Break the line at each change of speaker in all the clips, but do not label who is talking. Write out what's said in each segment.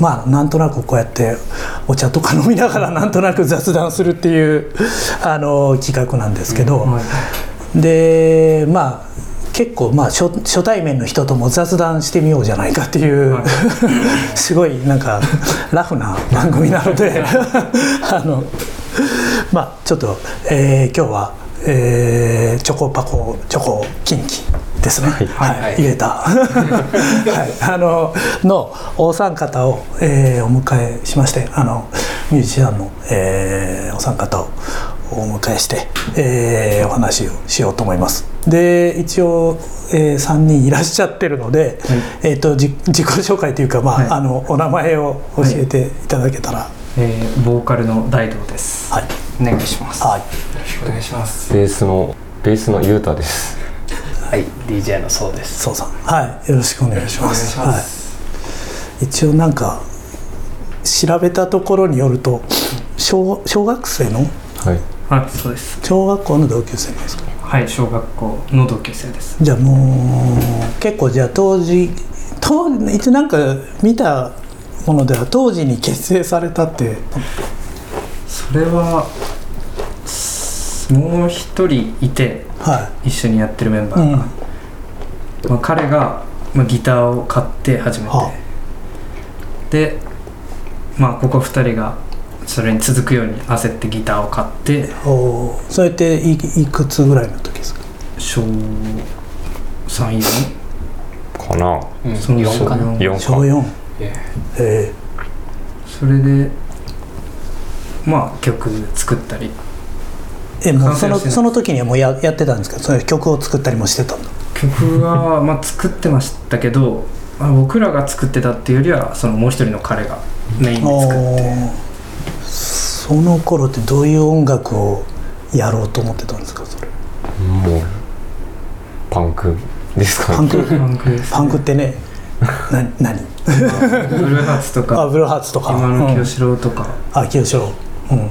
まあなんとなくこうやってお茶とか飲みながらなんとなく雑談するっていうあの企画なんですけど、でまあ結構まあ初初対面の人とも雑談してみようじゃないかっていう、はい、 すごいなんかラフな番組なので あのまあちょっと、えー、今日は、えー、チョコパコチョコキンキですね、はい、はいはい、言えた、はい、あののお三方を、えー、お迎えしましてあのミュージシャンの、えー、お三方をお迎えして、えー、お話をしようと思います。で一応、えー、3人いらっしゃってるので、はい、えーと、と自己紹介というか、まあ、はい、あのお名前を教えていただけたら、はい、
えー、ボーカルの大道です、はい、お願いします、はい、よ
ろしくお願いしますベースのベースのゆうたです
はい DJ のそうです
そうさんはいよろしくお願いしますはい、一応なんか調べたところによると小小学生の
はい
あそうです
小学校の同級生ですか
はい小学校の同級生です
じゃあもう結構じゃあ当時当一応なんか見たものでは当時に結成されたって
それはもう一人いて、はい、一緒にやってるメンバーが、うん、まあ、彼が、まあ、ギターを買って始めて、はあ、でまあここ二人がそれに続くように焦ってギターを買って
おそれっていいくつぐらいの時ですか
小34
かな、
うん、その4かな
4
小4ええ
ー、それでまあ曲作ったり
えもうそのその時にはもうややってたんですけどそれ曲を作ったりもしてたんだ
曲は、まあ、作ってましたけど、まあ、僕らが作ってたっていうよりはそのもう一人の彼がメインで作って
その頃ってどういう音楽をやろうと思ってたんですかそれ
もうパンクですか、
ね、パンクパンクってねな何
ブルーハーツとか
あブルーハーツとか
今の清志郎とか、
うん、あ清志郎
うん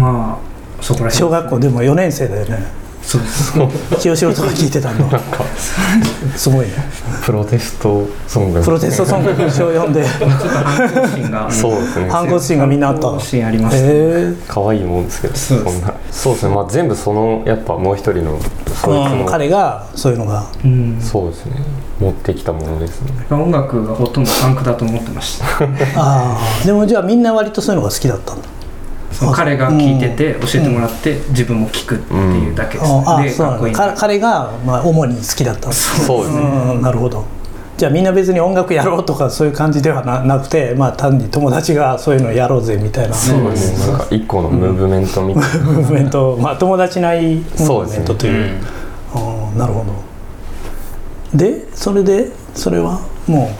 まあそこら辺、ね、
小学校でも4年生だよね
そう
そう清志郎とか聞いてた のなんかすごいね
プロテストソング
プロテストソング小4で
そうですね
反骨心がみんなあった
心ありました、ね、え
ー、可愛いもんですけどそんなそうですねまあ全部そのやっぱもう一人の
うん、彼がそういうのが、
うん、そうですね持ってきたものですね
音楽がほとんどパンクだと思ってました
ああでもじゃあみんな割とそういうのが好きだったんだ
彼が聞いてて教えてもらって自分も聞くっていうだけです、ね、うん、で
かっこいい彼がまあ主に好きだった
そうですね、
うん、なるほどじゃあみんな別に音楽やろうとかそういう感じではな なくて、まあ、単に友達がそういうのやろうぜみたいな
そうですねなんか一個のムーブメントみたいな、
ムーブメント まあ友達ないムーブメントというう、ね、うん、なるほどでそれでそれはも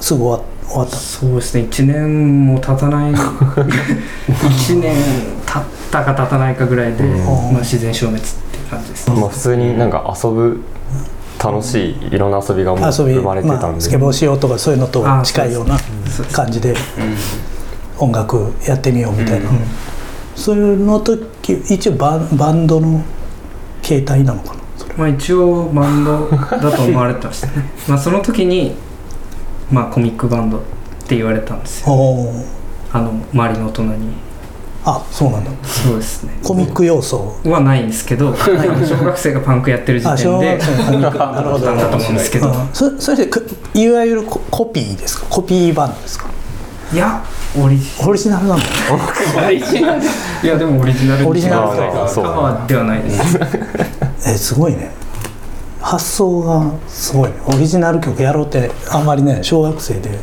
うすぐ終わって
そうですね1年も経たない 1年経ったか経たないかぐらいで、うん、まあ、自然消滅っていう感じです、
ね、まあ、普通になんか遊ぶ楽しいいろんな遊びがもう生まれてたんで、まあ、
スケボーしようとかそういうのと近いような感じで音楽やってみようみたいな、うんうん、そういうの時一応ババンドの形態なのかな
まあ一応バンドだと思われてましたね まあその時にまあ、コミックバンドって言われたんですよ、ね、あの周りの大人に
あそうなんだ
そうですね
コミック要素
はないんですけど小学生がパンクやってる時点でコミックバンドだったと思うんですけど
そそれでいわゆるコピーですかコピーバンドですか
いやオリジナ
ルオリジナルなんだ
オリジナルいやでもオリジナル
オリジナル
カバーではないです
えすごいね発想がすごい、ね、オリジナル曲やろうってあんまりね小学生で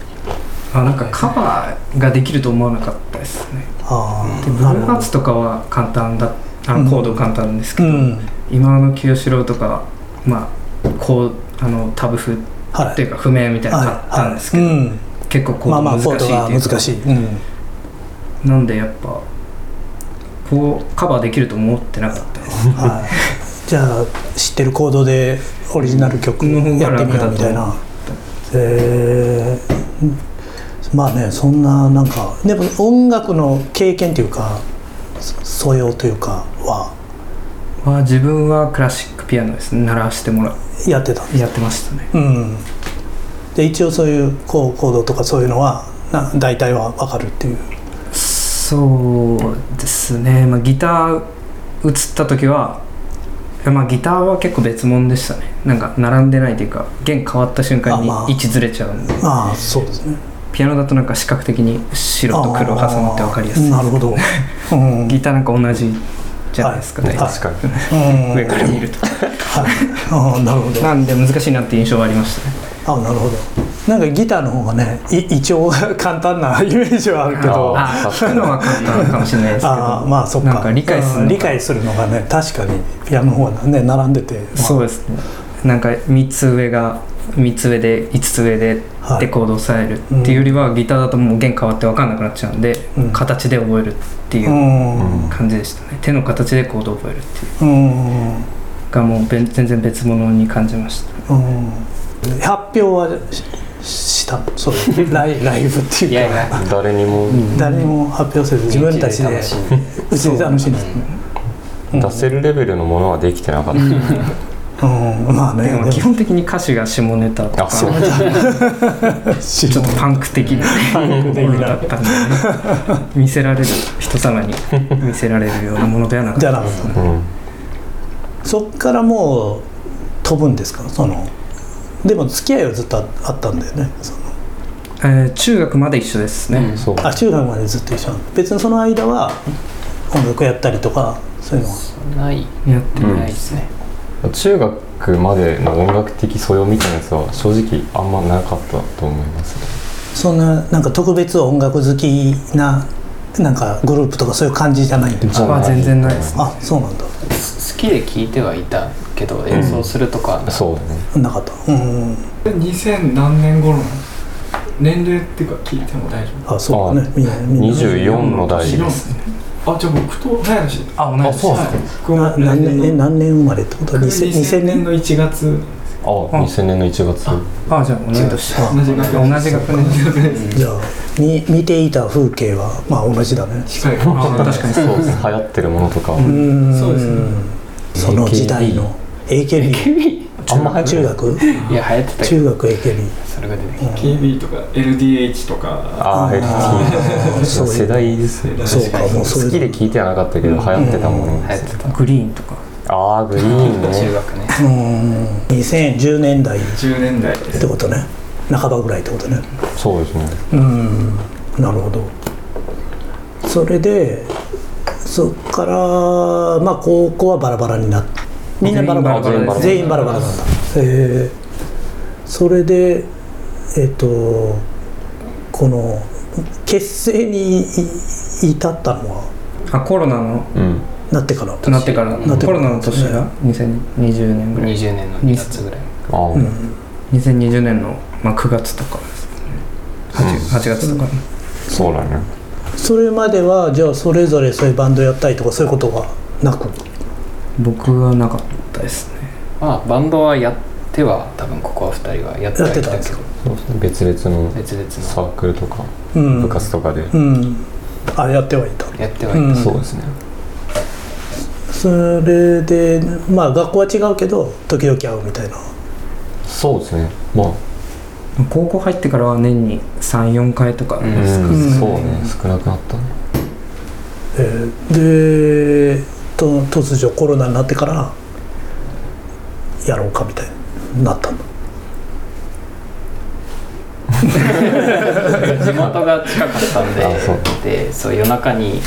あなんかカバーができると思わなかったですねああでブルーハーツとかは簡単だあのコード簡単ですけど、うん、今の清志郎とかまあこうあのタブ譜っていうか譜面みたいなの買ったんですけど、はいはいはいうん、結構コード難しいっていう、まあ、
難しい、うん、
なんでやっぱこうカバーできると思ってなかったです、はい
じゃあ知ってるコードでオリジナル曲やってみようみたいな、えー、まあねそんななんかでも音楽の経験というか素養というかは、
まあ、自分はクラシックピアノですね習わせてもら
やってた
やってましたね
うんで一応そういうこうコードとかそういうのはな大体は分かるっていう
そうですね、まあ、ギター映った時はまあギターは結構別物でしたねなんか並んでないというか弦変わった瞬間に
あまあ
位置ずれちゃうんで、
ああそうですね
ピアノだとなんか視覚的に白と黒挟まって分かりやすい
ああなるほど、うん
ギターなんか同じじゃないですか、
はい
大体
確かに
うん
上から見ると
はい、ああなるほど
なんで難しいなって印象はありましたね
あなるほどなんかギターの方がねい胃腸が簡単なイメージはあるけどあ
あそういうのは簡単かもしれないですけど
あまあそっか
なんか理解するの
う
が
ん理解するのがね確かにピアノの方がね並んでて
そうですねなんか3つ上が3つ上で5つ上で
はい
でコードを押さえるっていうよりは、ギターだともう弦変わって分かんなくなっちゃうんで、
うん
形で覚えるっていううん感じでしたね、手の形でコードを覚えるっていう
うんうん
がもうべん全然別物に感じました
発表はししたそれ ライライブって
い
いう
や
か
いや
誰にも
誰にも発表せず自分たちで
楽しんで
うちで楽しいんですね、うん
出せるレベルのものはできてなかった
うんまあね
で
でも
も基本的に歌詞が下ネタとか
あそう
ちょっとパンク的な
ク的
もの
な
だったんで、ね、見せられる人様に見せられるようなものではなかっ
じゃ
た
なかった
うん
そっからもう飛ぶんですかそのでも付き合いはずっとああったんだよねその
えー中学まで一緒ですね、
そう
あ中学までずっと一緒なの別にその間は音楽やったりとかそういうのは
ない
やって
ないですね
中学までの音楽的素養みたいなやつは正直あんまなかったと思います
そんななんか特別音楽好きななんかグループとかそういう感じじゃないんです
あまあ全然ないです
あそうなんだ
す好きで聴いてはいたけど演奏するとか
そうだね
なかったうん
2000何年頃の年齢っていうか聞いても大丈
あそうだねみんなみんな
24の
夫
代
違うん
で
ですすねあじゃあ僕と同い年
あ同い年
はい僕も
な
来
何年え
年の
何年生まれってことは 2000,
2000
2000
年
年
の1月
あ2000年の1月
あじゃあ同い年
あ
同じ学年
同じ学年
年
じゃあみ見ていた風景はまあ同じだね
近いかもしれ
あ
ない
確かに
そうです流行ってるものとか
うーん
そうですね
その時代の AKB あんま中学
いや流行ってたけ
中学 AKB
どそれが出てき
KB とか LDH とか
あ
あ
あ
ーそういう
世代ですね
そうかもうそう
好
い
き
う
で聴いてはなかったけど流行ってたもの
た流行って
グリーンとか
ああグリーン
た中
ね
学ね
うーん2010年代っ
10年代です
てことね半ばぐらいってことね
そうですね
うーんなるほどそれでそっからまあ高校はバラバラになってみんなバラバラ
全員バラバラです
全員バラバラなんだえーそれでえっ、とこの結成にい至ったのは
あコロナの
うん
なってから
となってから
なって
コ
から
ロナの年が2020年ぐらい
20年の2つぐらい
ああ
2020年の、まあ、9月とかですね 8, 8月とか、
そうだね
それまではじゃあそれぞれそういうバンドやったりとかそういうことがなく
僕はなかったですね
まあバンドはやっては多分ここは2人はやってはいたけど
そうですね別々の
別々
サークルとか
うん
部活とかで
うんあやってはいた
のやってはいた、
うん
そうですね
それでまあ学校は違うけど時々会うみたいな
そうですねまあ
高校入ってからは年に34回とか
うん
うん
そうね少なくなったね
えーでと突如コロナになってからやろうかみたいになったの
地元が近かったんで
あそう
でそう夜中に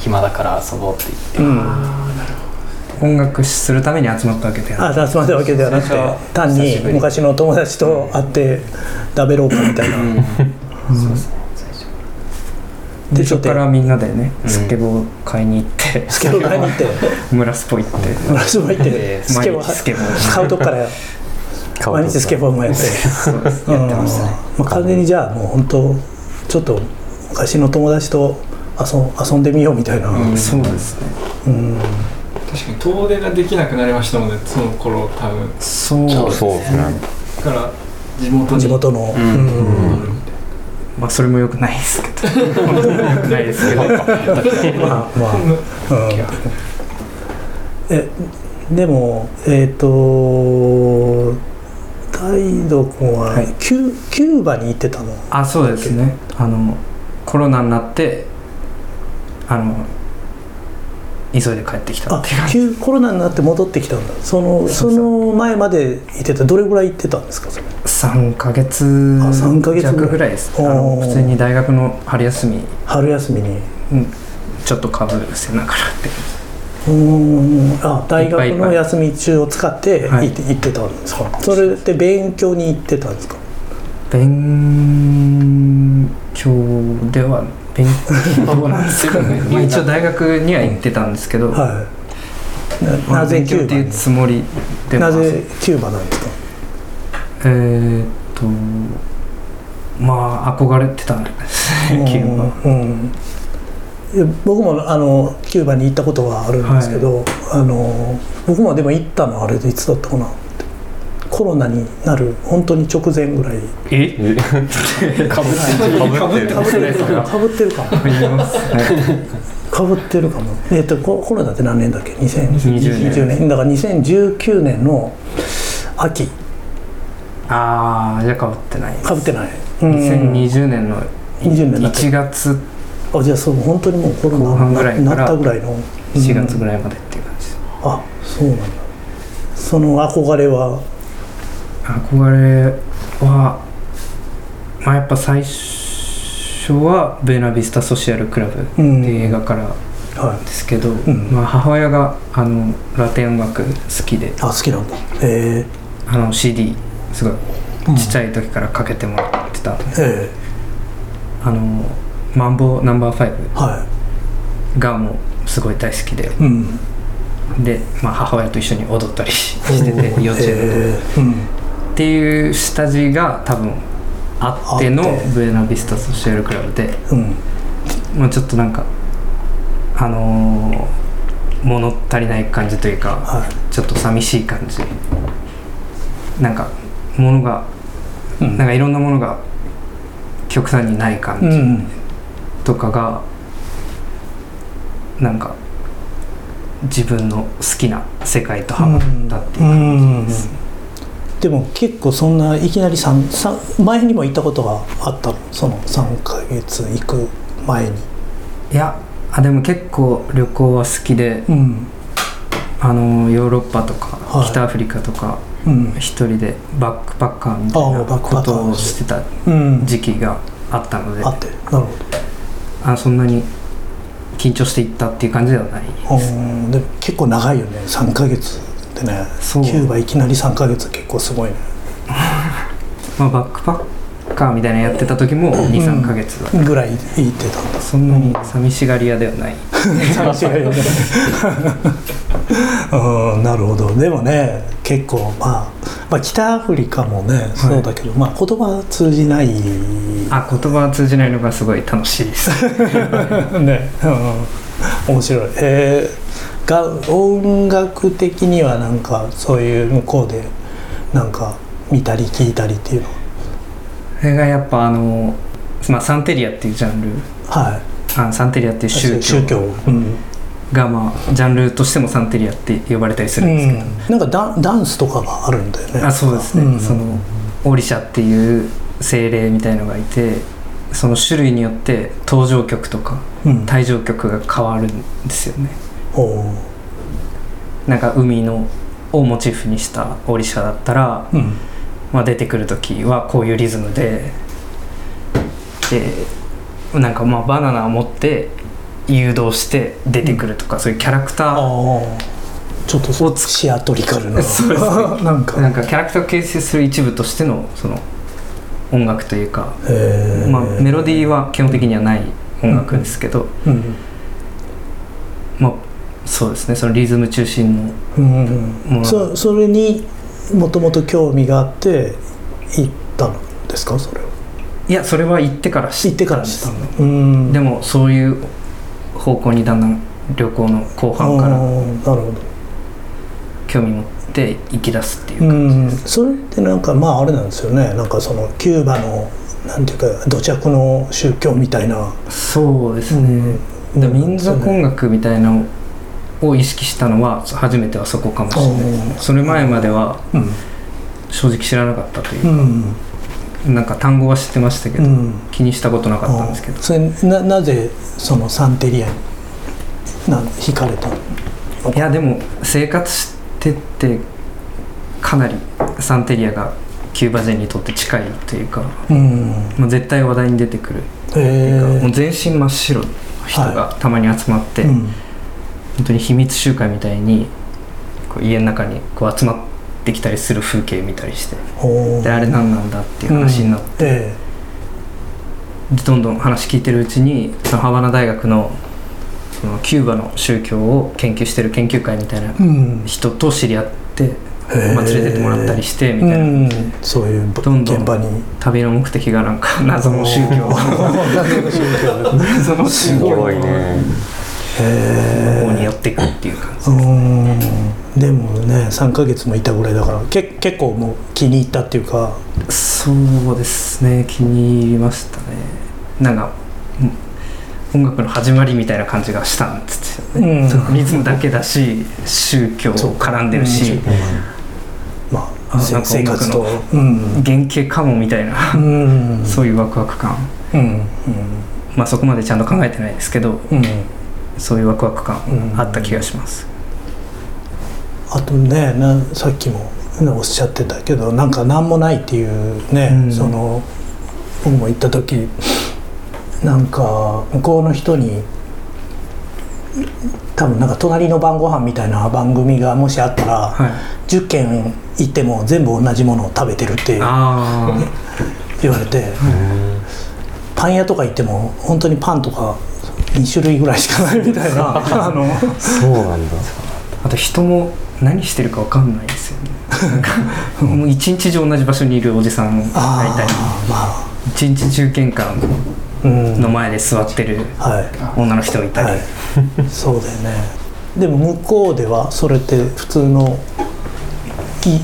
暇だから遊ぼうって言って
音楽するために集まったわけで
あ集まったわけではなくて
最初は
単
久
に
しぶり
昔の友達と会って食べろうかみたい な、
そうですね最初
で
でち
そ
ょっ
ことからみんなでね
うん
スケボー買いに行って、
スケボー買いに行って
村スポ行って
村島行 って
で
スケボ
毎日ス
ー
ケボー
買うとこから毎日スケボーもやって
そうです
や
やってましたね
まあ、完全にじゃあもう本当ちょっと昔の友達と遊ん遊んでみようみたいな、うん
そうですね
確かに遠出ができなくなりましたもんねその頃多分
そう
そうですね
だから地元に
地元の、
ん、
うん
まあそれもよくないです けど本当によくないですけど
まあまあ、うん、えでもえっ、と海斗君は
はい
キュ,、キューバに行ってたの
あそうですねあのコロナになってあの急いで帰ってきた
あ
っていう感じ
キューコロナになって戻ってきたんだその
そ
そう
そう
の前まで行ってたどれぐらい行ってたんですかそれ
3ヶ月
あ三ヶ月ぐらい
弱ぐらいですあの
おー
普通に大学の春休み
春休みに
ちょっとかぶせながらって
うーんあ大学
いっぱいいっぱ
の
い
休み中を使って行っ
は
て,、
い
行ってたんですかそれで勉強に行ってたんですか
勉強では勉強なんですけど、ね まあ一応大学には行ってたんですけど、
はいな
まあ
なぜ
勉
キ
強
ュ
っ
ーバ
てい
に
うつもりでも
なぜキューバなんですか
えーっとまあ憧れてたんですねキューバ
うんいや僕もあのキューバに行ったことはあるんですけど、あの僕もでも行ったのあれでいつだったかなコロナになる本当に直前ぐらい
え
え
かぶってる
かぶってるかぶってるかも
ありますね
かぶってるかもえっ、とココロナって何年だっけ
2020
2020年だから2019年の秋
ああじゃあかぶってない
かぶってない、うん
2020年の
20年だった
1月
あじゃあそう本当にもうコロ
後
ナ
半ぐらい
に
から
ななったぐらいの
4月ぐらいまでっていう感じです
あそうなんだその憧れは
憧れはまあやっぱ最初はベナビスタ・ソシアル・クラブって
うん
いう映画から
はい
ですけど、
ん
まあ、母親があのラテン音楽好きで
あ好きなんだえ
あの CD すごいちっちゃい時からかけてもらってた、
ー、え
あのマンボナンバーファイ
ー、は
ブがもうすごい大好きで
いうん
で、まあ、母親と一緒に踊ったりして
おー
て幼稚園の時
えーうん
っていう下地が多分あっての
あって
ブエナビスタ・ソシアル・クラブで
うん
もうちょっとなんかあのー物足りない感じというか
は
ちょっと寂しい感じなんか物が、
うん
なんかいろんなものが極端にない
い、
感
う
じ
ん、
とかが、なんか自分の好きな世界とハマったっていう、
うんでも結構そんないきなり三三前にも行ったことがあったのその3ヶ月行く前に
いやあでも結構旅行は好きで
うん
あのーヨーロッパとか、
はい
北アフリカとか
うん
一人でバックパッカーみたい
あ
な
あバックパ
こ
ッカー
とをしてた
うん
時期があったので
あってなるほ
あそんなに緊張していったっていう感じではない
どうんでも結構長いよね3ヶ月でね
そう
キューバいきなり3ヶ月結構すごいね
まあ、バックパッカーみたいなのやってた時 も23ヶ月だ、
ぐらい行ってたんだ
そんなに寂しがり屋ではな
違
い
うよね うんなるほどでもね結構、まあ、まあ北アフリカもね、そうだけど、まあ、言葉通じない ね、
あ言葉は通じないのがすごい楽しいです
うん、面白いえーが音楽的にはなんかそういう向こうでなんか見たり聞いたりっていうの
それがやっぱあの、まあ、サンテリアっていうジャンル
は
あサンテリアっていう
い
宗
宗
教
教うん、
が、まあ、ジャンルとしてもサンテリアって呼ばれたりするんですけど、
なんかダンダンスとかがあるんだよね
あそうですね、
うん
そのオリシャっていう精霊みたいのがいてその種類によって登場曲とか
うん、
退場曲が変わるんですよね
おー
なんか海のをモチーフにしたオリシャだったら、
うん
まあ、出てくる時はこういうリズムででなんかまあバナナを持って誘導して出てくるとか、そういうキャラクタ
あ
ー
あちょっと
をつ
シアトリカルな
そうです
なんか
なんかキャラクターを形成する一部としてのその音楽というか
えー
まあ、メロディーは基本的にはない音楽ですけど、
うん
まあ、そうですねそのリズム中心の
うん
もの
そそれにもともと興味があって行ったんですかそれを
いやそれは行ってから知
行ってから
で
知
す
ったのうん
でもそういう方向にだんだん旅行の後半か
あ
ら
ーなるほど
興味持って行き出すっていう
う
か、
んそれってなんかまああれなんですよねなんかそのキューバのなんていうか土着の宗教みたいな、
そうですね、で民族音楽みたいなのを意識したのは初めてはそこかもしれないですね、それ前までは
うん
正直知らなかったという
う
か、
ん
なんか単語は知ってましたけ
う
ど、
ん
気にしたことなかったんですけど、
それななぜそのサンテリアにな惹かれたの
いやでも生活しててかなりサンテリアがキューバ人にとって近いというか、
うん
もう絶対話題に出てくる
へえ
なんかもう全身真っ白の人がたまに集まって、
うん
本当に秘密集会みたいにこう家の中にこう集まってきたりする風景見たりして
おー
であれ何なんだっていう話になって、
え
でどんどん話聞いてるうちにそのハバナ大学のそのキューバの宗教を研究してる研究会みたいな
えうん
人と知り合って、
へえ
まあ、連れてってもらったりしてみたいな、
うんそういう
どんどん
現場に
旅の目的がなん か謎の宗教
おー謎の宗教
謎の宗
す
教
ごいね
へ
の方に
え
寄っていくっていう感じ、
うんでもね3ヶ月もいたぐらいだからけ結構もう気に入ったっていうか
そうですね気に入りましたねなんかうん音楽の始まりみたいな感じがしたんですよね、
うん
そのリズムだけだし宗教絡んでるし、
まあ
あ
せ
なんか
生
音楽の
活とうん
原型かもみたいな、
うん
そういうワクワク感
うん
まあそこまでちゃんと考えてないですけど
うん
そういうワクワク感
うん
あった気がします、
あとねなさっきもねおっしゃってたけどなんか何もないっていうね、
うん
その僕も行った時 なんか向こうの人に多分なんか隣の晩ご飯みたいな番組がもしあったら
はい
10軒行っても全部同じものを食べてるって
あ
言われてパン屋とか行っても本当にパンとか2種類ぐらいしかないみたい なあの
そうなんだ
ああと人も何してるかわかんないですよねなんか もう一日中同じ場所にいるおじさんも大
あ
体
あまあ
一日中玄関
うん
の前で座ってる
はい
女の人がいたり、
はい、 そうだよねでも向こうではそれって普通のい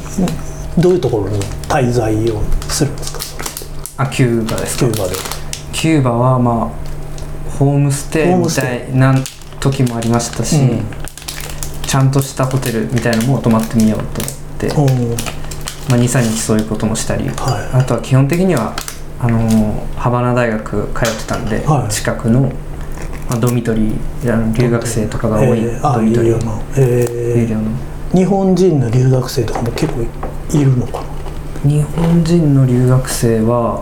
どういうところに滞在をするんですかそれ
あキューバです
キ
か
ューバで
キューバはまあホームステイ
ホー
み
ムス
た
テ
いな時もありましたし、
うん
ちゃんとしたホテルみたいなのも泊まってみようと思って、
お
まあ、23日そういうこともしたり
は
あとは基本的にはあのーハバナ大学通ってたんで、
はい
近くの、まあ、ドミトリーあの留学生とかが
い
多い、
えーあ
ド
有
ミトリ
料
ー
の、え
有
ー
料の
日本人の留学生とかも結構いるのか
日本人の留学生は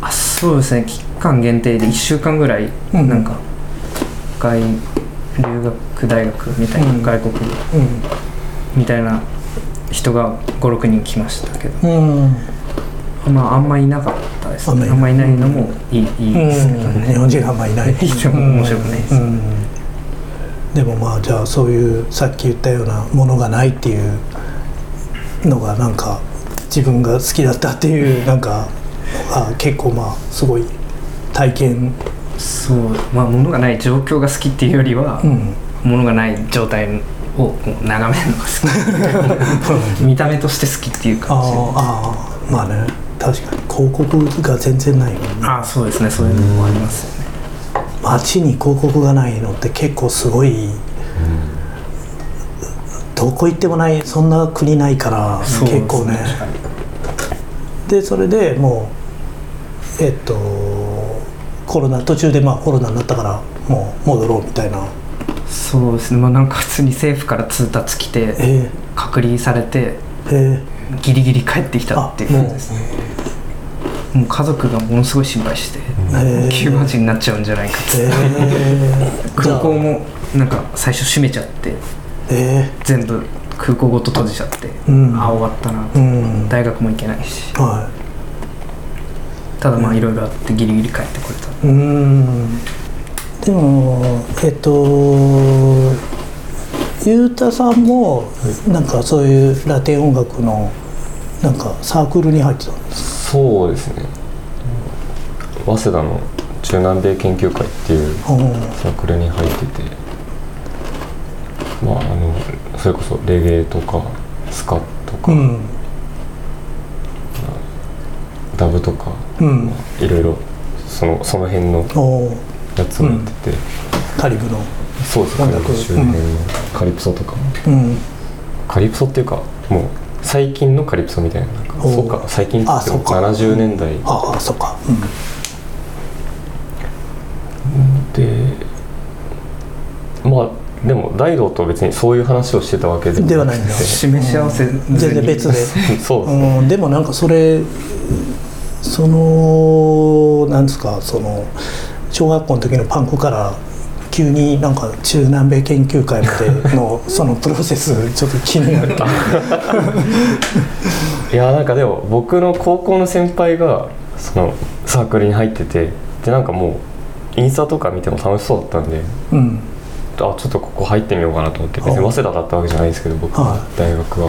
あそうですね期間限定で1週間ぐらい、
うん
なんか外留学大学みたいな、
うん
外国みたいな人が56人来ましたけど
なうん、うん
まああんまいなかったですね
あ
あ
ん
ん
ま
まいないのもいい,、いいですけどね、
日本人があんまりいない
いても面白くないです
うんでもまあじゃあそういうさっき言ったようなものがないっていうのがなんか自分が好きだったっていうなんかあ結構まあすごい体験、
そうまあ物がない状況が好きっていうよりは、
うん、
物がない状態をこう眺めるのが好 き見た目として好きっていう
あ
感じ
ーあーまあね確かに広告が全然ないよね
ああそうですねそういうのもありますよね
街に広告がないのって結構すごい、どこ行ってもないそんな国ないから
そうですね
結構ねでそれでもうえっとコロナ途中でまあコロナになったからもう戻ろうみたいな
そうですねまあなんか普通に政府から通達来て
え
隔離されて
ー、え
ギリギリ帰ってきたっていう
あもう
感じですねもう家族がものすごい心配して
ー
キューバ人になっちゃうんじゃないか
ー、え
と
ー、じゃ
空
あ
港もなんか最初閉めちゃって
え
全部空港ごと閉じちゃって、
うん
ああ終わったなって
ー、うん
大学も行けないした
は
ただまあいろいろあってギリギリ帰ってこれた
いうーんでもえっとゆうたさんもなんかそういうラテン音楽のなんかサークルに入ってたんです
そうですね早稲田の中南米研究会っていう
か、うん
サークルに入っててまああのそれこそレゲエとかスカとか、
うん
ダブとか
うん
いろいろそのその辺の
おー
やつをやってて、
カリブの、
そうです
音
ね
楽
周辺のカリプソとかも
うん、
カリプソっていうかもう最近のカリプソみたいななんか
おー
そうか最近って言
あ
って
そう
も
か
70年代
ああそうか、
でまあでも大道と別にそういう話をしてたわけでも
ではないんだ
示し合わせ全
うん、全然別で、
そうですね、
うん、でもなんかそれそのなんですかその小学校の時のパンクから急になんか中南米研究会まで のそのプロセスちょっと気になる
いやなんかでも僕の高校の先輩がそのサークルに入っててでなんかもうインスタとか見ても楽しそうだったんで
うん
あちょっとここ入ってみようかなと思って別に早稲田だったわけじゃないんですけど僕の
は
大学は、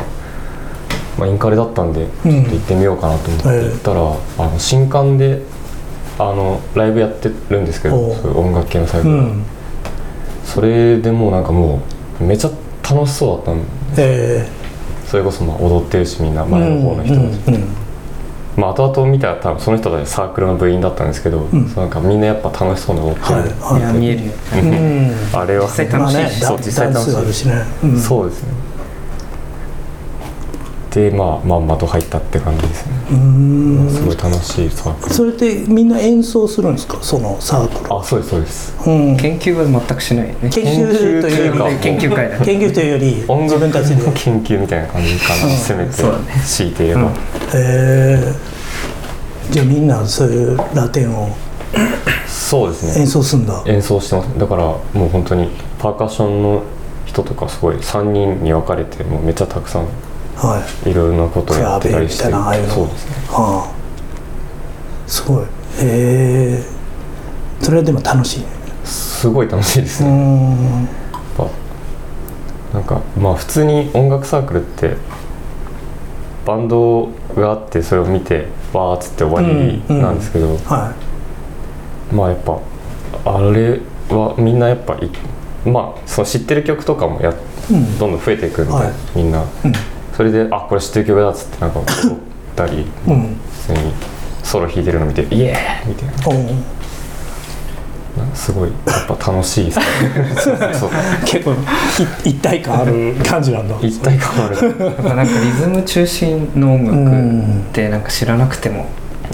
まあ、インカレだったんでち
う
ょ
ん
っと行ってみようかなと思って
ええ
行ったら、あの新刊であのライブやってるんですけ
お
ど
う
そういう音楽系のサーク
う
ル、
ん
それでもうなんかもうめちゃ楽しそうだったん
え
それこそまあ踊ってるしみんな
ー、
前の方の人たち、
うんうんうん
まあ後々見たら多分その人たちサークルの部員だったんですけど、
ん
そうなんかみんなやっぱ楽しそうに踊ってる、
はい
いや
は
見えるよ
い、うん
あれは
実際
まあね
楽しいし
ダ
そう実際
ダン
楽しい
スあるしね、うん
そうですねでまあまんまと入ったって感じですね
うーん
すごい楽しいサークル
それってみんな演奏するんですかそのサークル
あそうですそうです
うん
研究は全くしないよね
研究というより
究
も
か
研究会だけ
研究というより
音
自
楽
分たちで
の研究みたいな感じかな、せめて
そうだね
強いて言えば、
うん
へえじゃあみんなそういうラテンを
そうですね
演奏するんだ
演奏してますだからもう本当にパーカッションの人とかすごい3人に分かれてもうめっちゃたくさん
はい
いろいろなことをやってたりして
クラブみたいなああいうの
そうですね
はあすごいへえそれはでも楽しいね
すごい楽しいです
うー
ね、
ん
やっぱなんかまあ普通に音楽サークルってバンドがあってそれを見てわーっつって終わり
うんうん
なんですけど、
は
まあやっぱあれはみんなやっぱいまあその知ってる曲とかもや
いうん
どんどん増えていくんで、
はい
みんな、
うん
それであこれ知ってる曲だっつってなんか踊ったり
うん
普通にソロ弾いてるの見てイエーイみたいな
おー
なんかすごいやっぱ楽しいで すねそう
結構い一体感ある感じなんだ
一体感ある
だからなんかリズム中心の音楽ってなんか知らなくても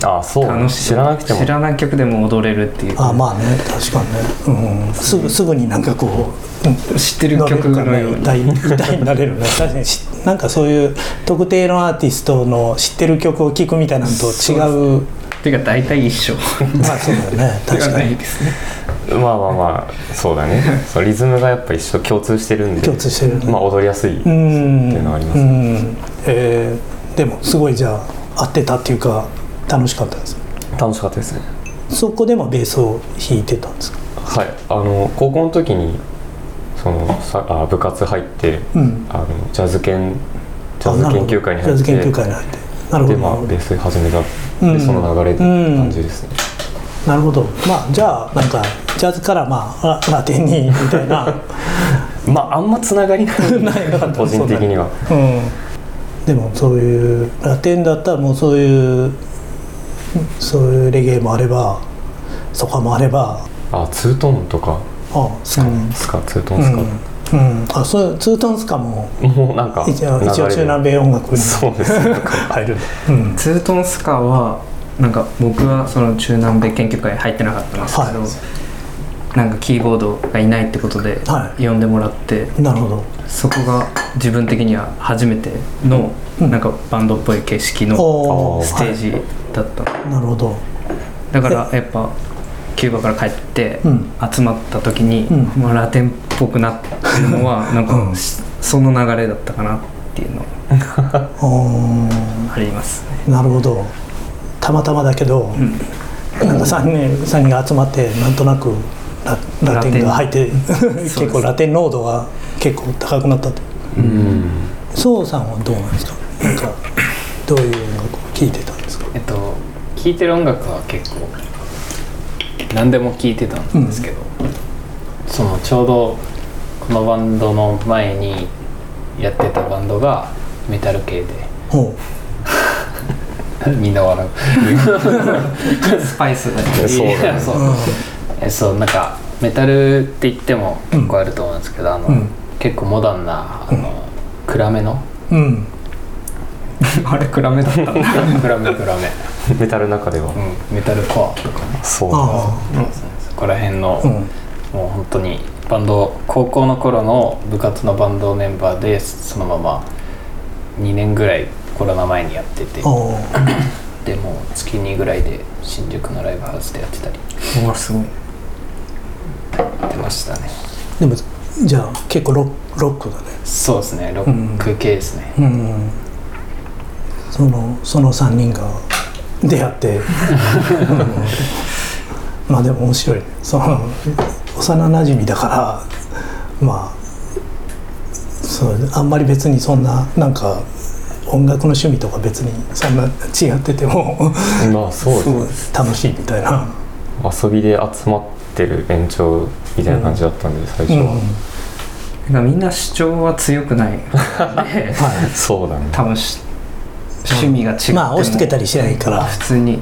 あそう
楽しい
知らなくても
知らない曲でも踊れるっていう
あまあね確かにね、うん、すぐすぐになんかこう、うん、
知ってる曲
な
の
れ
よ
る
う
か
に
ね歌い歌いになれる ね確かにしなんかそういう特定のアーティストの知ってる曲を聴くみたいなのと違う
っていうか大体一緒
まあそうだよ ね確
では
か
ない
に
ですね
まあまあまあそうだねそうリズムがやっぱ一緒共通してるんで
共通してるね
まあ踊りやすい、
う
っ
ん
ていうのはあります
うんえーでもすごいじゃあ合ってたっていうか楽しかったです
楽しかったですね
そこでもベースを弾いてたんですか
はいあの高校の時にそのさあ部活入って
うん
あのジャズ研ジャ
あ
ズ
なる
研
ほど
究会に
ジ
入
ャ
っ
ズ
て
研究会に入ってなるほ
で
ど、
まあベース始めたで、
うん
その流れって感じですね、
なるほどまあじゃあなんかジャズからまあララテンにみた いな
まああんまつながりがないな個人的には
うん、でもそういうラテンだったらもうそういうそういうレゲエもあればソカもあれば
あツートーンとか
あスカも
スカツートー
う
ンスカ、
ん、うん、あそういうツートンスカも
もうなんか
一応
流れで
一応中南米音楽に
そうで すね
入る、うん、
ツートンスカはなんか僕はその中南米研究会に入ってなかったんですけど、
は
なんかキーボードがいないってことで
はい
呼んでもらって、
なるほど
そこが自分的には初めての
うん
なんかバンドっぽい景色の
おお
ステージだった、
なるほど
だからやっぱキューバから帰って
うん
集まった時に、
う
まあ、ラテンっぽくなってるのはなんか、
うん
その流れだったかなっていうのは
お
ありますね
なるほどたまたまだけど、なんか3人三人が集まってなんとなくララテンが入って
です
結構ラテン濃度が結構高くなったと
うん
そうさんはどうなんですかなんかどういう音楽を聴いてたんですか
えっと聴いてる音楽は結構何でも聴いてたんですけど、そのちょうどこのバンドの前にやってたバンドがメタル系で
ほ
みんな笑
スパイスが
う
そうだね
いやそう
う、うん
えそうなんかメタルって言っても結構あると思うんですけど、あの
うん
結構モダンなあの、暗めの
うん
あれ暗めだったんだ
暗め暗め、
メタルの中では、
うん、メタルコアとかね
そうなん
あ
そこら辺の、
あうん
もう本当にバンド高校の頃の部活のバンドメンバーでそのまま2年ぐらいコロナ前にやってて
おー
でもう月2ぐらいで新宿のライブハウスでやってたり
うわすごい
やってましたね
でもじゃあ結構ロッロックだね
そうですねロック系ですね、
うんそのその3人が出会って、うんまあでも面白いねその幼なじみだからまあそうあんまり別にそんななんか音楽の趣味とか別にそんな違ってても
ですまあそうですね
楽しいみたいな、
遊びで集まってる延長みたいな感じだったんで、最
う
初
ん
は、
なんかみんな主張は強くないで
は
そうだね
多分し趣味が違って
い、
も
まあ押し付けたりしないから
普通に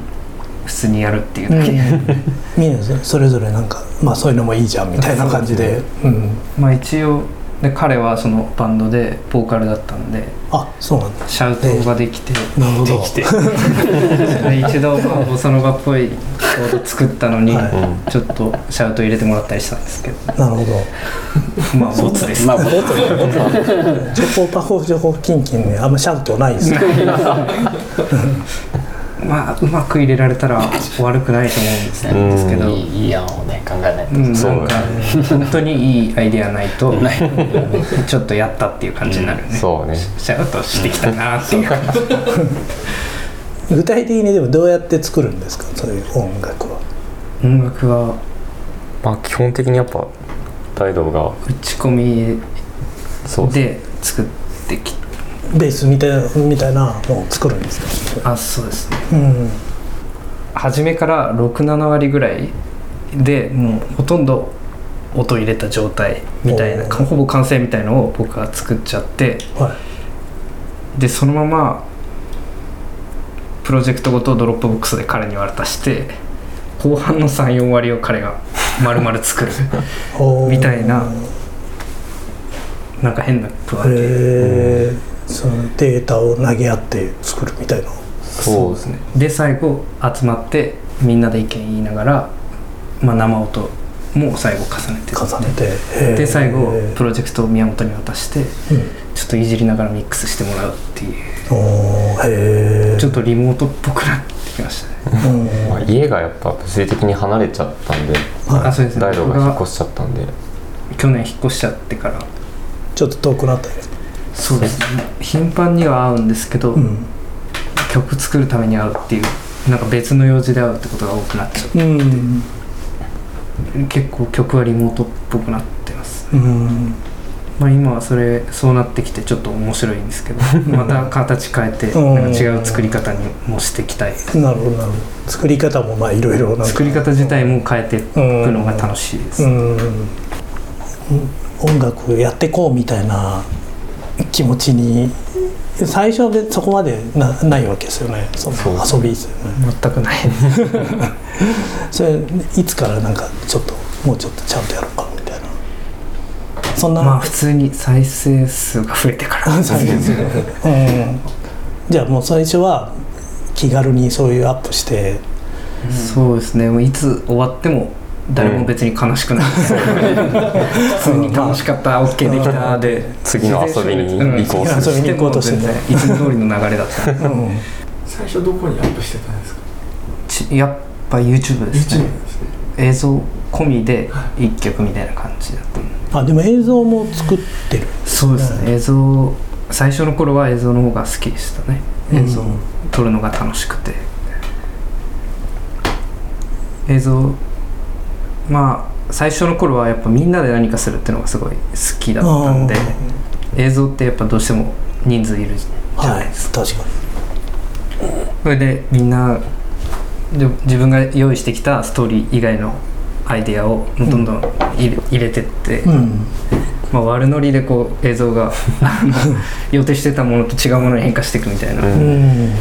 普通にやるっていう
うん
だけ、
みんなそれぞれなんかまあそういうのもいいじゃんみたいな感じで、うん、
まあ一応で彼はそのバンドでボーカルだったんで
あそうなんだ
シャウトができて、
なるほど
できて
で一度まあボサノバっぽいコード作ったのに、
は
ちょっとシャウト入れてもらったりしたんですけど
なるほど
まあボツです、
まあ僕
チョコパフォチョコキンキンねあんまシャウトないですね
まあうまく入れられたら悪くないと思うんです,、
うん
ですけど、
いいいい案をね考えないと、
うん、
そう
なんか本当にいいアイデアない と
ない
ちょっとやったっていう感じになるね、
そうね
シャウトしてきたなっていう
具体的にでもどうやって作るんですかそういう音楽は
音楽は
まあ基本的にやっぱ大道が
打ち込み
そうで
で
す
作ってき
ベースみたいなみたいなのを作るんですか
あそうですね
うん
初めから67割ぐらいでもうほとんど音入れた状態みたいな
おー
かほぼ完成みたいのを僕が作っちゃって
は
でそのままプロジェクトごとドロップボックスで彼に渡して後半の34割を彼が丸々 作る
いおー
みたいななんか変なプ
へ
ワで
えそのデータを投げ合って作るみたいな
そうですね
で最後集まってみんなで意見言いながら、まあ、生音も最後重ねて
重ねてへー
で最後
う
プロジェクトを宮本に渡してちょっといじりながらミックスしてもらうっていうん
おーへえ
ちょっとリモートっぽくなってきましたね
うん
まあ、家がやっぱ物理的に離れちゃったんで
はい
あそうですね
大道が
僕
引
が
っ越しちゃったんで
去年引っ越しちゃってから
ちょっと遠くなったよね
そうですね頻繁には会うんですけど、
うん
曲作るために会うっていうなんか別の用事で会うってことが多くなっちゃっ
うん
て結構曲はリモートっぽくなってます
うん
まあ今はそれそうなってきてちょっと面白いんですけ どまた形変えて
うん
なんか違う作り方にもしていきたい
なるほどなるほど作り方もまあいろいろなんか
作り方自体も変えていく
うん
のが楽しいです、
うん音楽やってこうみたいな気持ちに最初は別にそこまでなないわけですよねその
そ
遊びですよね
全くない
それいつからなんかちょっともうちょっとちゃんとやろうかみたいなそんな、
まあ普通に再生数が増えてか ら
そうですよねうん、じゃあもう最初は気軽にそういうアップして
そうですねもういつ終わっても誰も別に悲しく ない、普通に楽しかった OK できたで
次の遊びに移行
する
うん
遊びに行こうとしてね
全然いつも通りの流れだった
うん
最初どこにアップしてたんですか
ちやっぱ YouTube ですね
YouTube ですね
映像込みで1曲みたいな感じだったん
あ
で
でも映像も作ってる
そうですね映像最初の頃は映像の方が好きでしたね映像を撮るのが楽しくて映像まあ最初の頃はやっぱみんなで何かするっていうのがすごい好きだったんで映像ってやっぱどうしても人数いるじゃ
は
ない
い
ですか、
確か
それでみんなで自分が用意してきたストーリー以外のアイデアをどんどん入れ,、入れてって、
にうん
まあ、悪ノリでこう映像があの予定してたものと違うものに変化していくみたいな、
うん
うん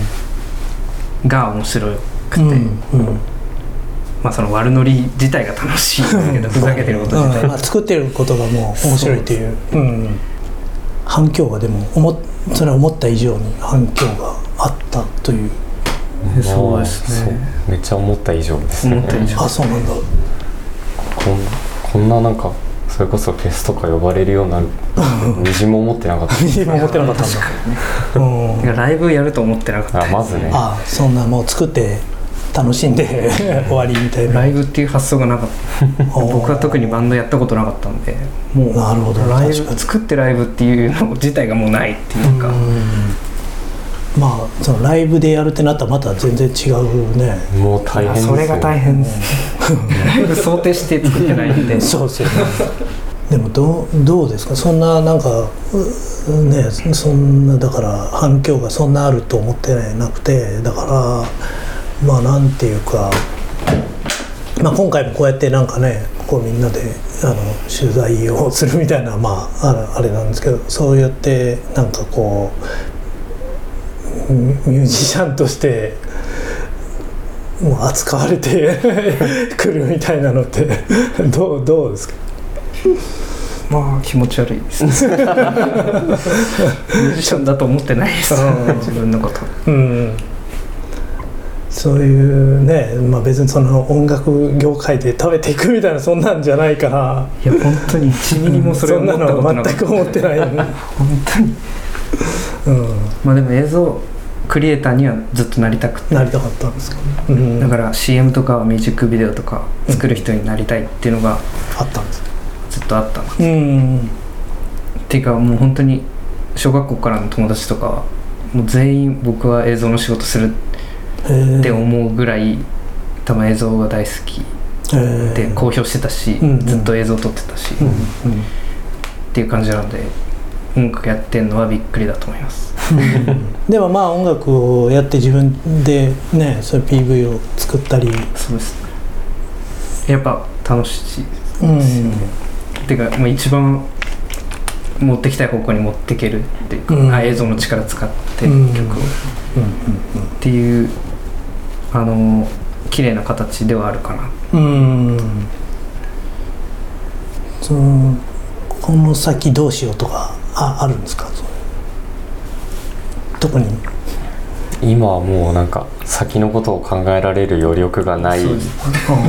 が面白くて、
うんうん
まあその悪ノリ自体が楽しいんですけ どふざけてること自
うん
体
まあ、作ってることがもう面白いという、うん、反響がでも思っそれは思った以上に反響があったという
そうですね
そうめっちゃ思った以上ですね
思った以上
あそうなんだ
こんこんななんかそれこそフェスとか呼ばれるようになるみじんも思ってなかっ
今思ってなかったんだうん
なんかライブやると思ってなかった た
あまずね
あそんなもう作って楽しん で終わりみたいな
ライブっていう発想がなかった僕は特にバンドやったことなかったのでもう
なるほど
ライブ
確かに
作ってライブっていうの自体がもうないっていうか、
まあそのライブでやるってなったらまた全然違うね
もう大変ですよ
それが大変ですライブ想定して作ってないんで
そうですよねでもどうどうですかそんななんかうねそんなだから反響がそんなあると思ってなくてだからまあなんていうか、まあ、今回もこうやってなんかねこうみんなであの取材をするみたいなまああれあれなんですけどそうやってなんかこうミミュージシャンとしてもう扱われて くるみたいなのって どうどうですか
まあ気持ち悪いですねミュージシャンだと思ってないです自分のこと
うんそういうね、まあ、別にその音楽業界で食べていくみたいなそんなんじゃないから
いや本当に1ミリもそれを
ん
思
な
った
の
ことな
は
か
全
っ
く
た
思って ない、
本当に
う
まあでも映像クリエイターにはずっとなりたくて
ん、なりたかったんですか、うん、
だから CM とかミュージックビデオとか作る人になりたいっていうのが
あったんです
ずっとあったの
うん
っていうかもう本当に小学校からの友達とかはもう全員僕は映像の仕事する
え
って思うぐらい多分映像が大好きで公表してたし、
うん
ずっと映像撮ってたし、
うん
っ
うん
ていう感じなので音楽やってんのはびっくりだと思います
でもまあ音楽をやって自分でねそういう PV を作ったり、
そうですやっぱ楽しい
うん
っていうかもう一番持ってきたい方向に持っていけるっていうか、
うん
あ映像の力使って
うん
曲を、っていうあの綺麗な形ではあるか
う
な
んそのこの先どうしようとかああるんですかその特に
今はもうなんか先のことを考えられる余力がない
そう です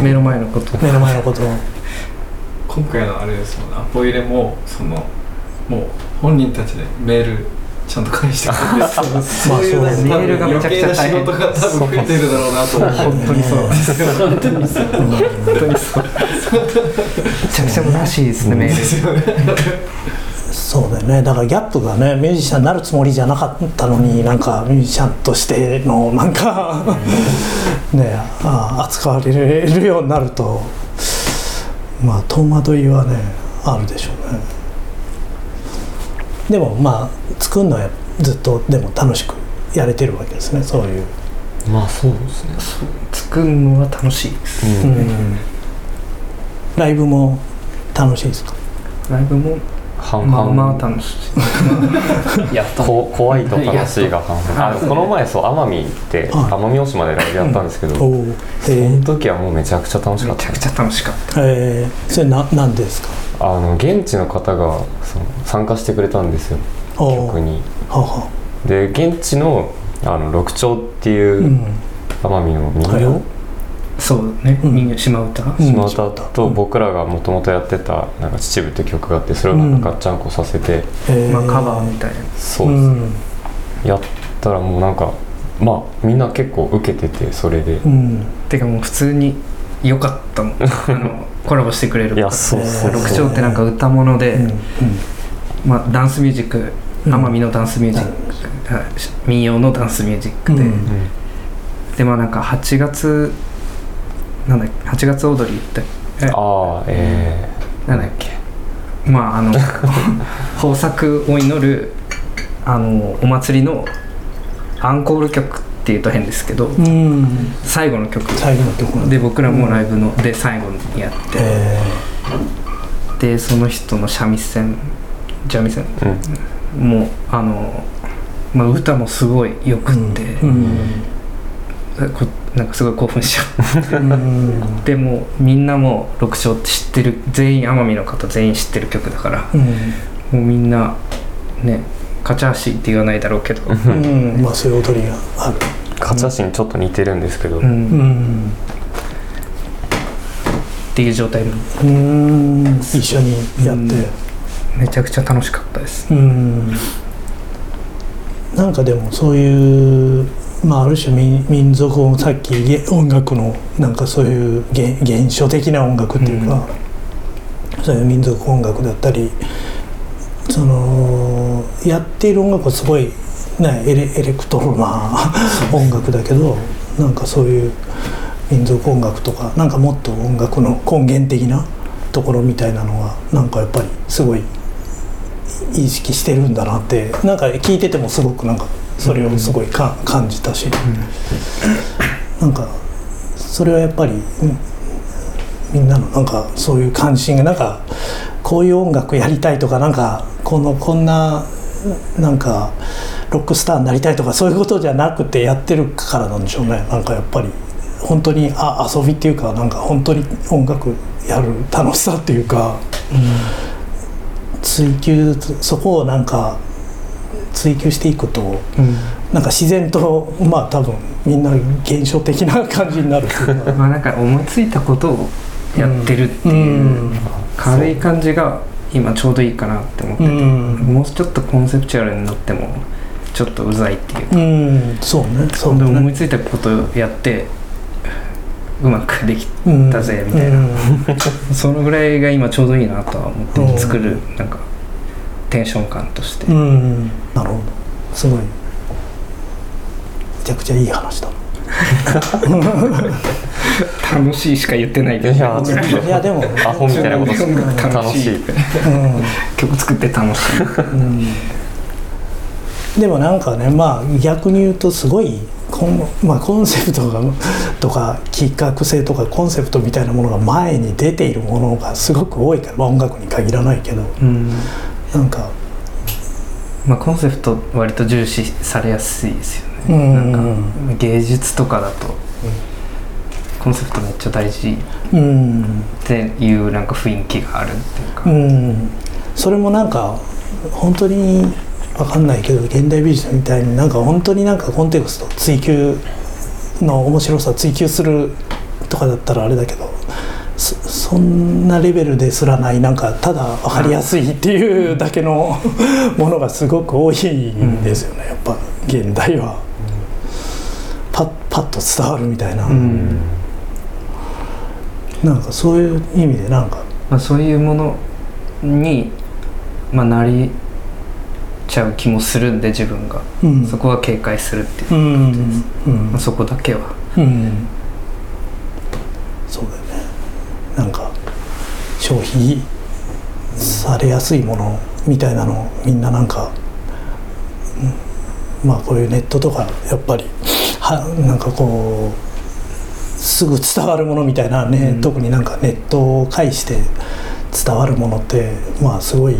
目の前のこと
目の前のことを
今回のあれですもんねアポ入れもそのもう本人たちでメールちゃんと返してくれてそう
まあそうだね
多分
メールがめちゃくちゃ大変
余計な仕事が多分増えてるだろうなと思って
本当にそう
ね
本当にそう
本当にそうめちゃくちゃ難しいですねメール
ですよね
そうだよねだからギャップがねミュージシャンになるつもりじゃなかったのになんかミュージシャンとしてのなんかねあ扱われるようになるとまあ戸惑いはねあるでしょうねでもまあ作るのはずっとでも楽しくやれてるわけですねそういう、
まあそうですね
作るのは楽しいです
うん
ライブも楽しいですか
ライブも
半
まあ
々、
まあ楽しい
やったね
こ怖いと悲しいが半々あこの前そう奄美行って
はい
奄美大島でライブやったんですけど、
おおえ
その時はもうめちゃくちゃ楽しか
め
っ
ちゃ
た
くちゃ楽しかった
ーえーそれななんでですか
あの現地の方がその参加してくれたんですよ
おー
曲に
はは
で現地のあの六町って
う
いうん奄美の民謡、
はい
そうね、
うん
人形島歌
島田と僕らがもともとやってた「なんか秩父」って曲があってそれをなんかガッチャンコさせて、
え
まあカバーみたいな
そうです、
ん
やったらもうなんかまあみんな結構受けててそれで、
うん
てかもう普通に良かった もんあのコラボしてくれる
いやそうそう
六
そう
丁ってなんか歌物で、
うん
まあ、ダンスミュージック
うん
奄美のダンスミュージック、はいし民謡のダンスミュージック
う
で、
ん
でまあなんか8月なんだっけ8月踊りってえ
ああえ
なんだっけま ああの豊作を祈るあのお祭りのアンコール曲っていうと変ですけど、
うん
最後の曲
最後の曲なんで
で僕らもライブの、で最後にやって、
え
でその人の三味線三味線
ーうん
もあの、まあ、歌もすごいよくって、
ーうん
こなんかすごい興奮しちゃっ
うん
てもうみんなもう六章って知ってる全員奄美の方全員知ってる曲だから
うん
もうみんなねカチャーシーって言わないだろうけど、
うんまあそういう踊りがある
カチャシにちょっと似てるんですけど、
うん
う
っ
ん
ていう状態も
うん一緒にやって
めちゃくちゃ楽しかったです
うんなんかでもそういうまあある種民民族音さっきげ音楽のなんかそういう現現象的な音楽っていうか、そういう民族音楽だったりそのやっている音楽はすごい、ね、エレエレクトロな音楽だけどなんかそういう民族音楽とかなんかもっと音楽の根源的なところみたいなのがなんかやっぱりすごい意識してるんだなってなんか聞いててもすごくなんかそれをすごいか、感じたし、なんかそれはやっぱり、うんみんなのなんかそういう関心がなんかこういう音楽やりたいとかなんかこのこんななんかロックスターになりたいとかそういうことじゃなくてやってるからなんでしょうねなんかやっぱり本当にあ遊びっていうかなんか本当に音楽やる楽しさっていうか。追求そこをなんか追求していくと、なんか自然とまあ多分みんな現象的な感じになるっていうか
まあなんか思いついたことをやってるっていう軽い感じが今ちょうどいいかなって思って
う、ん、
もうちょっとコンセプチュアルになってもちょっとうざいっていう
うん、そうねそ
そうんで
ね
思いついたことやってうまくでき
うん
たぜみたいな、そのぐらいが今ちょうどいいなとは思って、
うん
作るなんかテンション感として、
うん、うんなるほどすごいめちゃくちゃいい話だ
楽しいしか言ってないけど
いやちょっ
いやでも、
アホみたいなこと
音楽楽しい
楽
うん
曲作って楽しい
うんでもなんかねまあ逆に言うとすごいコン,、まあ、コンセプトが とか企画性とかコンセプトみたいなものが前に出ているものがすごく多いから、まあ、音楽に限らないけど
うん
なんか
まあ、コンセプト割と重視されやすいですよ
う
ね、
ん
なんか芸術とかだと、コンセプトめっちゃ大事っ
うん
ていうなんか雰囲気があるっていう
う
か、
んそれもなんか本当にわかんないけど現代美術みたいになんか本当になんかコンテクスト追求の面白さを追求するとかだったらあれだけどそそんなレベルですらないなんかただ分かりやすいっていうだけの ものがすごく多いんですよねやっぱ現代は。パッパッと伝わるみたいな、
うん
なんかそういう意味でなんか
まあ、そういうものに、まあ、なりちゃう気もするんで自分が、
うん
そこは警戒するっていう、
うんうん
まあ、そこだけは
うんそうだよねなんか消費されやすいものみたいなのをみんななんか、うんまあこういうネットとかやっぱりはなんかこうすぐ伝わるものみたいなね、
うん
特になんかネットを介して伝わるものってまあすごい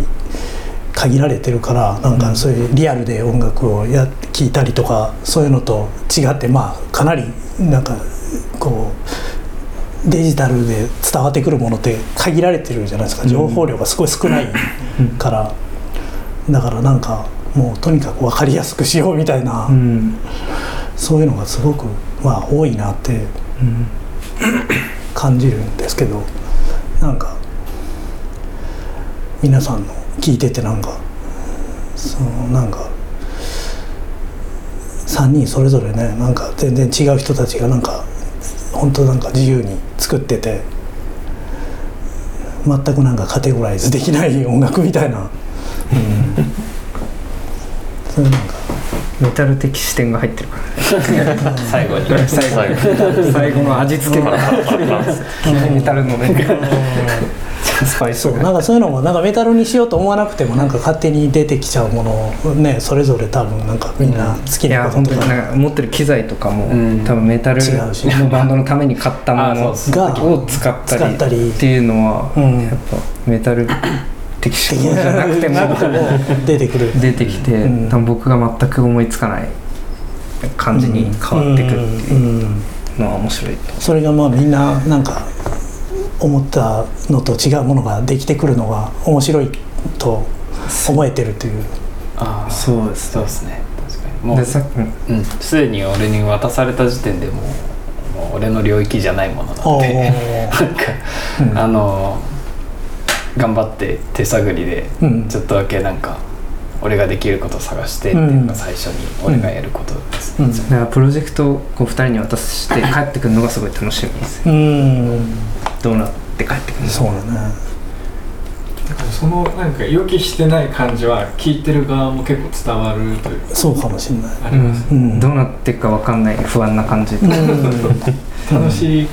限られてるからなんかそういうリアルで音楽をや聴いたりとかそういうのと違ってまあかなりなんかこうデジタルで伝わってくるものって限られてるじゃないですか情報量がすごい少ないから、だからなんかもうとにかく分かりやすくしようみたいな、
うん
そういうのがすごくまあ多いなって
うん
感じるんですけどなんか皆さんの聞いててなんかそのなんか3人それぞれねなんか全然違う人たちがなんか本当なんか自由に作ってて全くなんかカテゴライズできない音楽みたいな、うん、そういうなんか
メタル的視点が入ってるから
最後に
最後
後
最後の味付けがメタルのねスパイス
そう
が
なんかそういうのもなんかメタルにしようと思わなくてもなんか勝手に出てきちゃうものをねそれぞれ多分なんかみんな好き
いや
なこ
本
と
当
と
に
か
なんか持ってる機材とかも、
うん
多分メタル
違うし
のバンドのために買ったもの
あそ
が
を使ったり
使ったり
っていうのは、
うん
やっぱメタル的思考じゃなくても
出てくる
出てきて、
うん
多分僕が全く思いつかない感じに変わってくっていう
うんうん
のは面白いと
それがまあみんななんか思った のと違うものができてくるのが面白いと思えてるという
ああ
そうです
そうですね確かにもう
でさっきうん
うんすでに俺に渡された時点でもうもう俺の領域じゃないものな
お
ので
ー
なんか、
うん
あの頑張って手探りで
うん
ちょっとだけなんか俺ができることを探してっていうのが最初に俺がやることです、
うん
だからプロジェクトをこう2人に渡して帰ってくるのがすごい楽しみです
うん
どうなって帰ってくるのか
そうだね
だからそのなんか予期してない感じは聞いてる側も結構伝わるというか
そうかもしれない、
ありますね、
うん、
どうなっていくか分かんない不安な感じと
うん
楽しい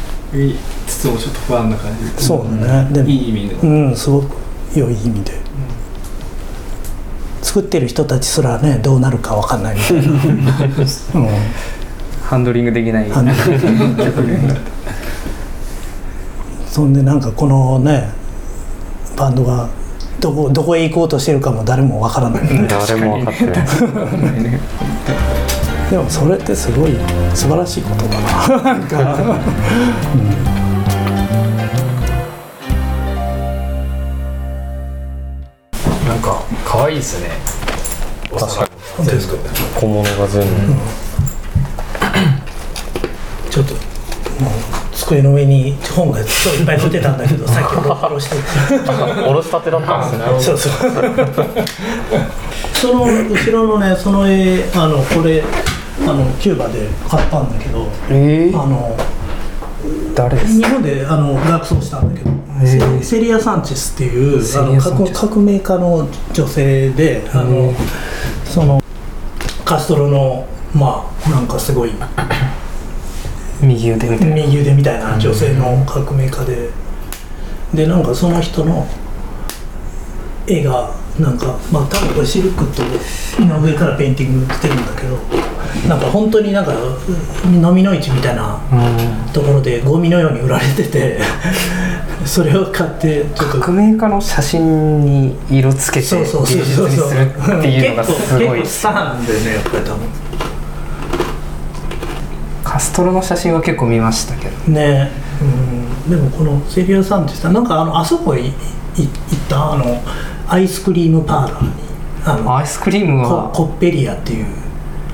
つつもちょっと不安な感じ
そうだねでも
いい意味で、
うんすごく良い意味で、作ってる人たちすらねどうなるかわかんないみたいな、 う
ハンドリングできない
ん、そんでなんかこのねバンドがどこどこへ行こうとしてるかも誰もわからないみたいな
誰も分かってない
でもそれってすごい素晴らしいことだななんか。
なんか可愛いですね
本当ですか
小物が全部
ちょっともう机の上に本が超いっぱい載ってたんだけどさっきおろおろして
おろしたてだったんですね
そうそう その後ろのねその絵あのこれあのキューバで買ったんだけど
え
あの
誰です
日本であの学装したんだけど、
へ
セ
ー
セリア・サンチェスっていう
セ
あ
リ
の
アサン
革
チェス
革命家の女性であのそのカストロのまあなんかすごい
右腕みたいな
右腕みたいな女性の革命家で、でなんかその人の絵がなんかまあ多分これシルクとの上からペインティングしてるんだけどなんか本当になんか飲みの市みたいなところでゴミのように売られててそれを買ってちょっと
革命家の写真に色つけて
そう
芸術
そう
にす
そうそう
るっていうのがすごい
結構結構スターなんだよねやっぱり多分
カストロの写真は結構見ましたけど
ねうん、でもこのセリアさんってさなんかあのあそこへいい行ったあのアイスクリームパーラーにあの
アイスクリーム
コ
は
コッペリアっていう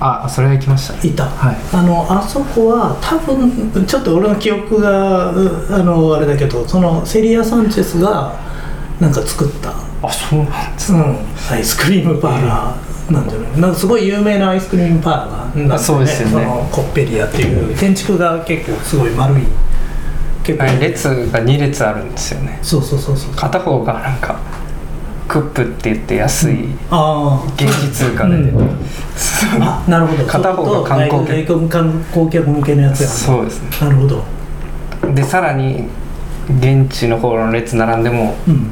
あそれは行きましたね
いた、
はい
あのあそこは多分ちょっと俺の記憶がうあのあれだけどそのセリア・サンチェスがなんか作った、
あそうなんです
うん、アイスクリームパーラーなんじゃないなんかすごい有名なアイスクリームパーラーなんだよね
あそうですよね
そのコッペリアっていう建築が結構すごい丸い結
あれ列が2列あるんですよね
そうそうそうそう
片方がなんかクップって言って安い
ああ
現地通貨で、
うあなるほど
片方が観光客
外国観光客向けのやつや
そうですね
なるほど
でさらに現地の方の列並んでも
うん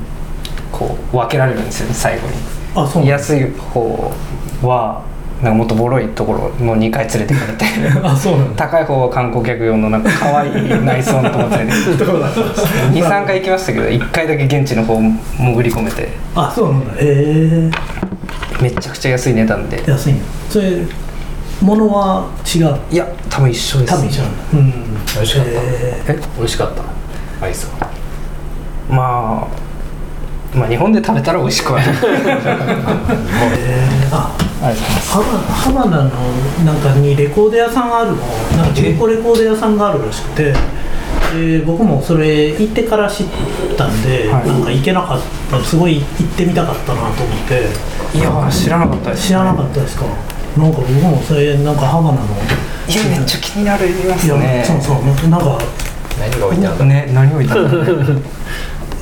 こう分けられるんですよね最後
あそう
に
なんだ
安い方はなんかもっとボロいところの2回連れてかれて
あそうなんだ
高い方は観光客用のなんか可愛い内装のとこ連れ て
どうなんだ
23回行きましたけど1回だけ現地の方潜り込めて
あそうなんだへ
めちゃくちゃ安い値段で
え安いんだそれ物は違う
いや多分一緒です
多分違うんだうん
美味しかった
へ
美味しかったアイスは
まあまあ日本で食べたら美味しくはない
えあハバハバナのなんかにレコード屋さんがあるのなんか中古レコード屋さんがあるらしくてで僕もそれ行ってから知ったんで、
はい
なんか行けなかったすごい行ってみたかったなと思って
いや知らなかったです
知らなかったですかなんか僕もそれなんかハバナの
いやめっちゃ気になります
いや
ね
そうそうなんか
何が置いてあるんだろ
ね何を言ったんだ ろうね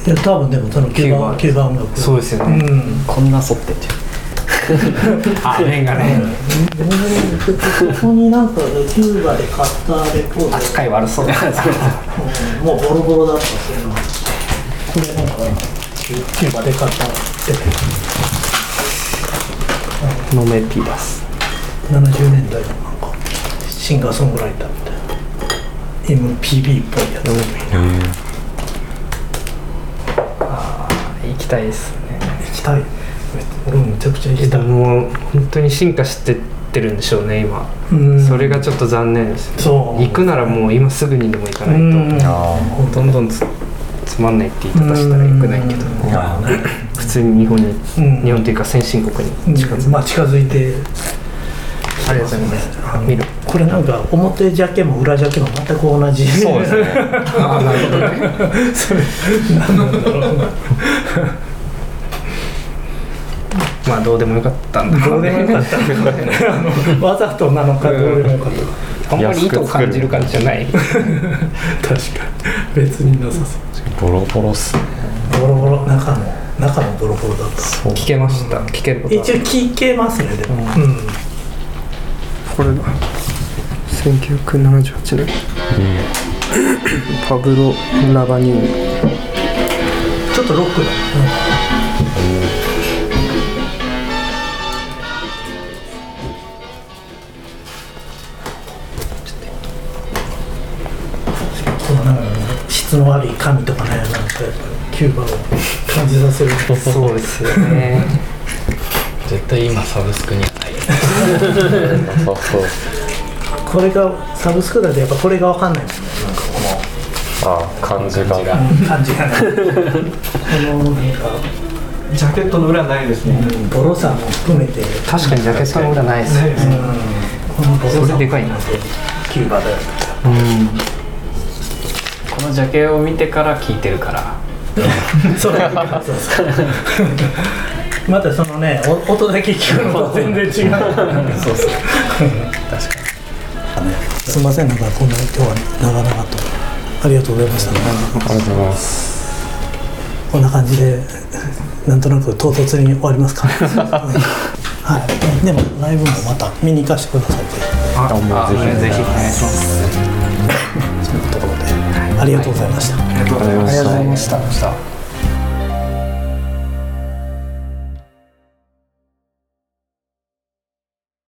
いや多分でもその
キュ
競
ー
馬
バ
競馬音楽
そうですよね、
うん
うこんな反ってんじゃん
あれがね
ここになんかキューバで買ったレコード
扱い悪そうだ
うんもうボロボロだったっていうのはこれなんかキュキューバで買ったレコー
飲めピーダス
ド70年代のなんかシンガーソングライターみたいな MPB っぽいやつ
行きたいですね
行きたい俺もめちゃくちゃ行きたい
もう本当に進化してってるんでしょうね今、
うん
それがちょっと残念ですね
そう
行くならもう今すぐにでも行かな
う
い
ん
と、どんどんつつまんないって言い方したらよくないけど普通に日本に日本というか先進国に近づいて、
まあ近づいて
ありがとうございます見る
これなんか表ジャケも裏ジャケも全く同じ
そうですね
あなるほどね
それ何なんだろうな
まあどうでもよかったんだ
ど
ろ
う
う
でも
ね
よかった あのわざとなのかどうでもよかったのか
あんまり意図を感じる感じじゃない
確かに別になさそ
ボロボロっすね
うボロボロ中も中もボロボロだった
そう
聞けました聞けること
一
は
応聞けますねでも
うん
うん
これだ1978年パブロ・ラバニーニ
ちょっとロックだこのなんか質の悪い神とかねなんかやっぱりキューバを感じさせる
そうですよね
絶対今サブスクにはない
そうそう
これがサブスクだとやっぱこれがわかんないですねなんか
ああ感じが
感じが
この感 じがねこのなんか
ジャケットの裏ないですね、
ボロさも含めて
確かにジャケットの裏ないです
ない
ね
ですね、
このボロさも
それでかいな
キューバだよ
うん
このジャケを見てから聞いてるから
そうそうそうまたそのねお音だけ聞くのと全然違うそうそう確かにすみませんなんかこんな今日は長々とありがとうございました、
ありがとうございます
こんな感じでなんとなく唐突に終わります か、はい、でもライブもまた見に行かせてくださいとい
ああ
あぜ
ひお願いします
うところでありがとうございました、
ありがとうございます
ありがとうございました
した